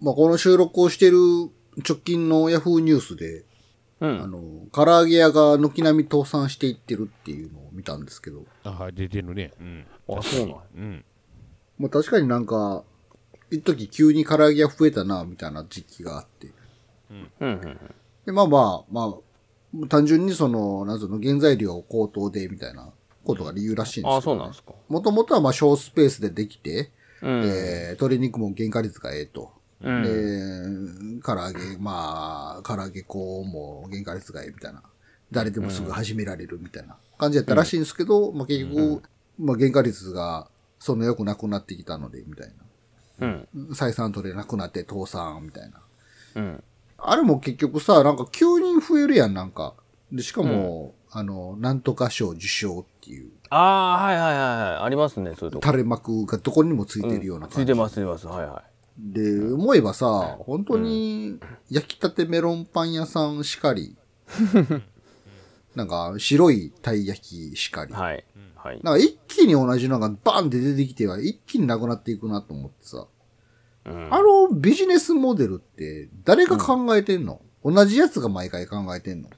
まあ、この収録をしてる直近のヤフーニュースで、あうん。の、唐揚げ屋が軒並み倒産していってるっていうのを見たんですけど、あ、はい、出てるね。うん。あ、そうなんや。うん。まあ、確かになんか、一時急に唐揚げ屋増えたな、みたいな時期があって。うんうんうん。で、まあまあ、まあ、単純にその、なんつうの、原材料高騰で、みたいなことが理由らしいんですあ、けど、そうね。なんですか。もともとはまあ小スペースでできて、うえん。ー、鶏肉も原価率がええと。うんで、唐揚げ、まあ、唐揚げ粉も原価率がええみたいな。誰でもすぐ始められるみたいな感じやったらしいんですけど、まあ結局、まあ原価率がその良くなくなってきたので、みたいうん。な。採算取れなくなって倒産、みたいな。うん。あれも結局さ、なんか急に増えるやん、なんか。で、しかも、あの、なんとか賞受賞っていうああ、はいはいはいはい。ありますね、そういうとこ。垂れ幕がどこにもついてるようなつ感いじ。てます、ついてます。はいはで、思えばさ、本当に焼きたてメロンパン屋さんしか り、なんか白いたい焼きしかりい。。はい。はい。なんか一気に同じのがバンって出てきては一気になくなっていくなと思ってさ。うんあのビジネスモデルって誰が考えてんの、同じやつが毎回考えてんの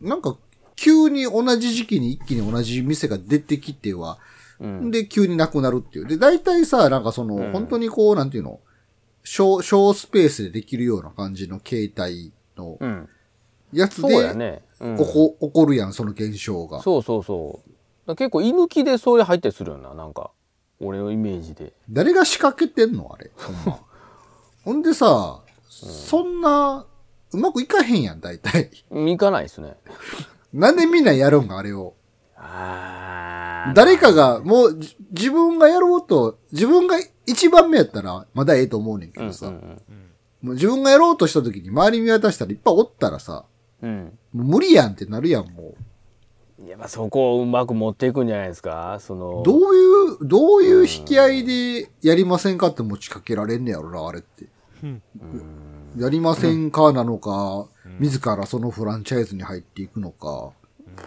なんか急に同じ時期に一気に同じ店が出てきては、うんで急になくなるっていう。で、大体さ、なんかその、ん本当にこう、なんていうの小、小スペースでできるような感じの携帯のうん。やつそで、うやね。うん起こ起こるやん、その現象が。そうそうそう。だから結構、居抜きでそういう入ったりするよな、なんか。俺のイメージで。誰が仕掛けてんの あれ。ほんまほんでさ、そんな、うまくいかへんやん、大体。 うん行かないですね。なんでみんなやるんか、あれを。あ誰かが、もう、じ自分がやろうと、自分が一番目やったら、まだええと思うねんけうんうどさ、んもう自分がやろうとした時に周り見渡したらいっぱいおったらさ、うん。もう無理やんってなるやん、もうん。やっぱそこをうまく持っていくんじゃないですかその。う。どういう、どういう引き合いでやりませんかって持ちかけられんねやろな、あれって。やりませんかなのか、自らそのフランチャイズに入っていくのか、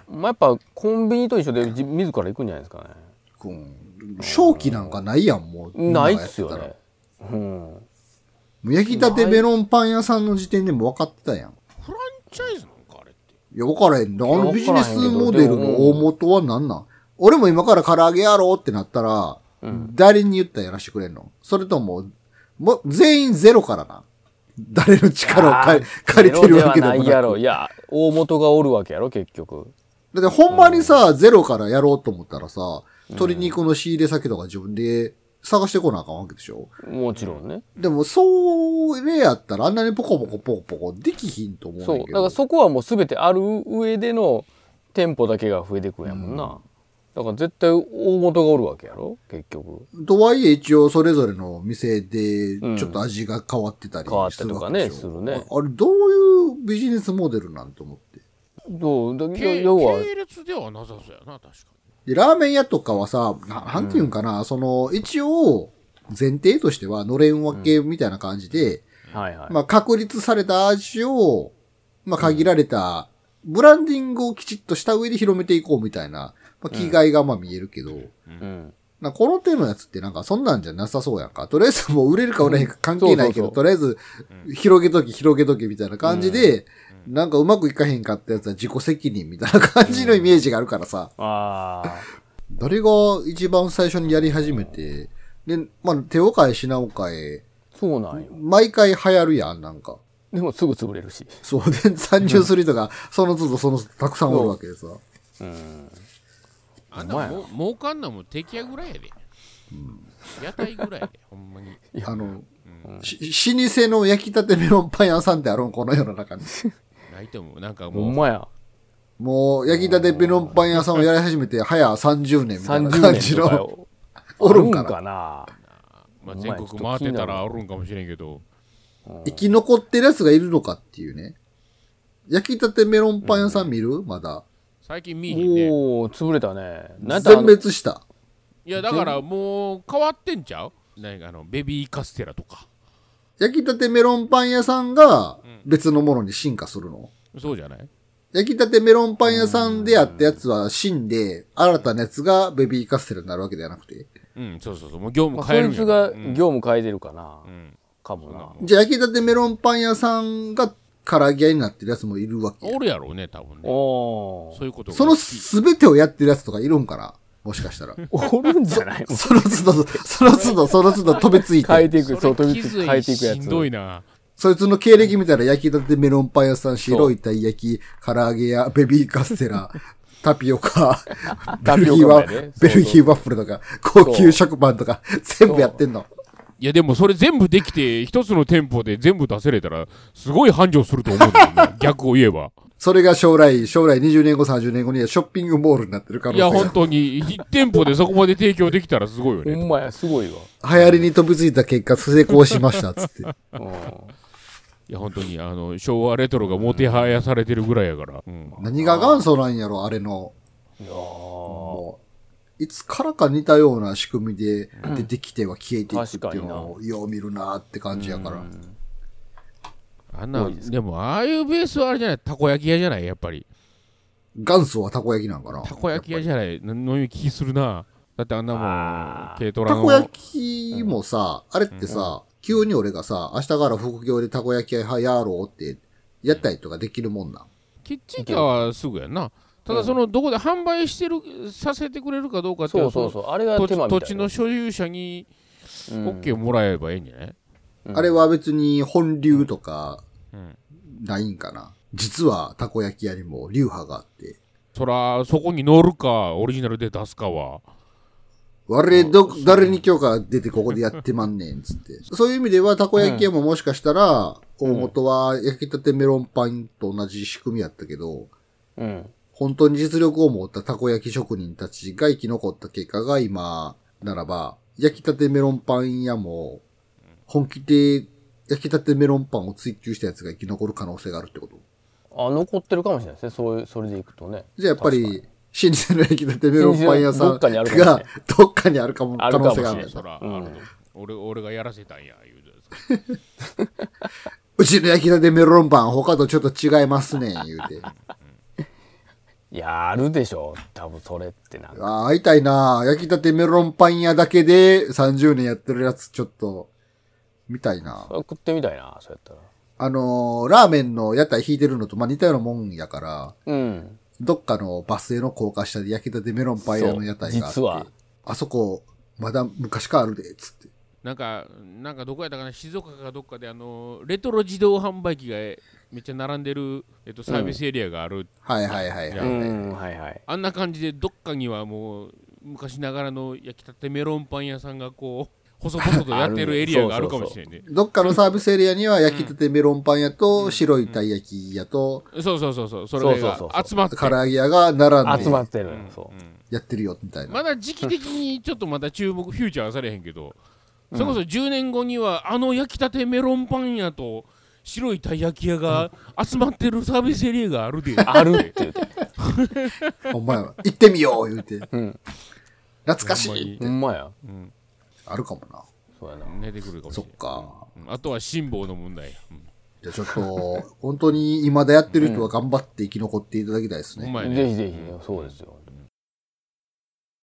まあ、やっぱコンビニと一緒でじ自ら行くんじゃないですかうん、正気なんかないやん、もう。ね。ないっすみよんがやってたらね。うん。もう焼きたてメロンパン屋さんの時点でも分かってたやん。フランチャイズなんかあれって。いや、分からへんな。あいやのビジネスモデル分からへんのけど大元は何なん俺も今から唐揚げやろうってなったら、誰に言ったらやらしてくれんのそれとも、も、全員ゼロからな。誰の力を借り借りてるわけでもなくゼロではないやろ。いや、大元がおるわけやろ、結局。だってほんまにさ、ゼロからやろうと思ったらさ、鶏肉の仕入れ先とか自分で探してこなあかんわけでしょもちろんね。でも、そうれやったらあんなにポコポコポコポコできひんと思うねんだそう。けど。だからそこはもう全てある上での店舗だけが増えてくんやもんな。だから絶対大元がおるわけやろ、結局。とはいえ一応それぞれの店でちうんょっと味が変わってたり変わっすたりるとわかけでねしょするねああれどういうビジネスモデルなんと思って。どうだ要け要は、系列ではなさそうやな、確かで、ラーメン屋とかはさ、ななんていうんかな、その一応前提としてはのれん分けみたいな感じで、はいはい。まあ確立された味を、まあ限られたブランディングをきちっとした上で広めていこうみたいな、まあ、気概がまあ見えるけど、うん。なこの手のやつってなんかそんなんじゃなさそうやんか。とりあえずもう売れるか売れへんか関係ないけど、うんとりあえず広げとき広げときみたいな感じで、なんかうまくいかへんかったやつは自己責任みたいな感じのイメージがあるからさ、ああ。誰が一番最初にやり始めて、で、まあ手を変え品を変え、そうなんよ。毎回流行るやん、なんか。でもすぐ潰れるし。そうで、参入する人がその都度その都度たくさんおるわけでさ。うん。に。あほんんまなやなも儲かんなもん、敵屋ぐらいやで。屋台ぐらいやで、 ほんまに。あの、し老舗の焼きたてメロンパン屋さんってあるん、この世の中に。ないと思う。なんかほもんう、まや。もう、焼きたてペロンパン屋さんをやり始めて、早30年みたいな30感じ年とかの、よ。 おるんかあな。な。まあ、ほんまや全国回ってたらおるんかもしれんけど、生き残ってる奴がいるのかっていうね。焼きたてメロンパン屋さん見るまだ。最近見えへんね。おお、潰れたね。なんだ全滅した。いや、だからもう変わってんちゃうなんかあの、ベビーカステラとか。焼きたてメロンパン屋さんが別のものに進化するの。そうじゃない焼きたてメロンパン屋さんでやったやつは死んで、新たなやつがベビーカステラになるわけではなくて。うん、そうそうそう。もう業まあ務そ変えるいんやつからがうん業務変えてるかなう。んかもなじゃあ焼きたてメロンパン屋さんが唐揚げ屋になってるやつもいるわけやおるやろうね多分ねおそういうことがその好き全てをやってるやつとかいるんかなもしかしたら。 ーおるんじゃないその都度、その都度、その都度飛びつい変えて、ていくそそうれ飛び気つづいい変えていくやしつんどいなそいつの経歴見たら焼きたてメロンパン屋さん、白いたい焼き、唐揚げ屋、ベビーカステラ、タピオカ、タベピルオギーカワまでねベルギーワッフルとか、高級食パンとか、全部やってんの。いやでもそれ全部でき て一つの店舗で全部出せれたらすごい繁盛すると思うんだよ ね逆を言えばそれが将来、将来20年後、30年後にはショッピングモールになってる可能いや性本当に一店舗でそこまで提供できたらすごいよほねんまやすごいわ が。流行りに飛びついた結果、成功しました、つって。ういや本当にあの昭和レトロがもてはやされてるぐらいやから、うん何が元祖なんやろ、あれの。んいやーもういつからか似たような仕組みで出てきては消えていくっていうのをよう見るなって感じやから。あんな多いでですもああいうベースはあれじゃないたこ焼き屋じゃないやっぱり元祖はたこ焼きなんかな。たこ焼き屋じゃない飲み気するなだってあんなもん軽トラたのこ焼きもさ、あれってさ、急に俺がさ、明日から副業でたこ焼き屋やろうってやったりとかできるもんなん。キッチンカーはすぐやんなただそのどこで販売してるさせてくれるかどうかってそういうのはそうそうあれそがの手間みたいな土地土地の所有者に OK もらえばいいんじゃない、あれは別に本流とかうんないんかな。実はたこ焼き屋にも流派があって。そらそこに乗るかオリジナルで出すかは我々ど、誰に許可出てここでやってまんねん、つって。そういう意味では、たこ焼き屋ももしかしたら、大元は焼きたてメロンパンと同じ仕組みやったけど、うん本当に実力を持ったたこ焼き職人たちが生き残った結果が今、ならば、焼きたてメロンパン屋も、本気で焼きたてメロンパンを追求したやつが生き残る可能性があるってこと。あ残ってるかもしれないですねそういうそれでいくとねじゃあやっぱり、新鮮の焼きたてメロンパン屋さん老舗のどっかにあるかもしがどっかにあるかも、可れない、あるかも能し性れんがあるんだそら、うんある俺俺がやらせたんや言うてうちの焼きたてメロンパン、他とちょっと違います ねん、言うて。いやあるでしょ多分それってなんかああ、会いたいな焼きたてメロンパン屋だけで30年やってるやつ、ちょっと、見たいな食ってみたいなそうやったらあのーラーメンの屋台引いてるのと、まあ、似たようなもんやから、うんどっかのバス停の高架下で焼きたてメロンパン屋の屋台があって、そう実はあそこ、まだ昔からあるで、つって。なんかなんかどこやったかな静岡かどっかであのレトロ自動販売機がえめっちゃ並んでる、えっと、サービスエリアがある、はいはいはいはい。うんはいはいあんな感じでどっかにはもう昔ながらの焼きたてメロンパン屋さんがこう細々とやってるエリアがあるかもしれんねどっかのサービスエリアには焼きたてメロンパン屋と白いたい焼き屋とそうそうそうそうそれがそうそうそうそう集まって唐揚げ屋が並集んまでってるのよそうやってるよ、みたいな。まだ時期的にちょっとまだ注目フューチャーはされへんけど、それこそ10年後にはあの焼きたてメロンパン屋と白いたい焼き屋が集まってるサービスエリアがあるで あるって言うてほんまや。行ってみよう言うて。ん懐かしほんまいにほんまやあるかもな。そうやな出てくるかもしそれっんか。うんあとは辛抱の問題や、うんじゃあちょっと、本当に未だやってる人は頑張って生き残っていただきたいですほんね。まやねぜひぜひそうですよ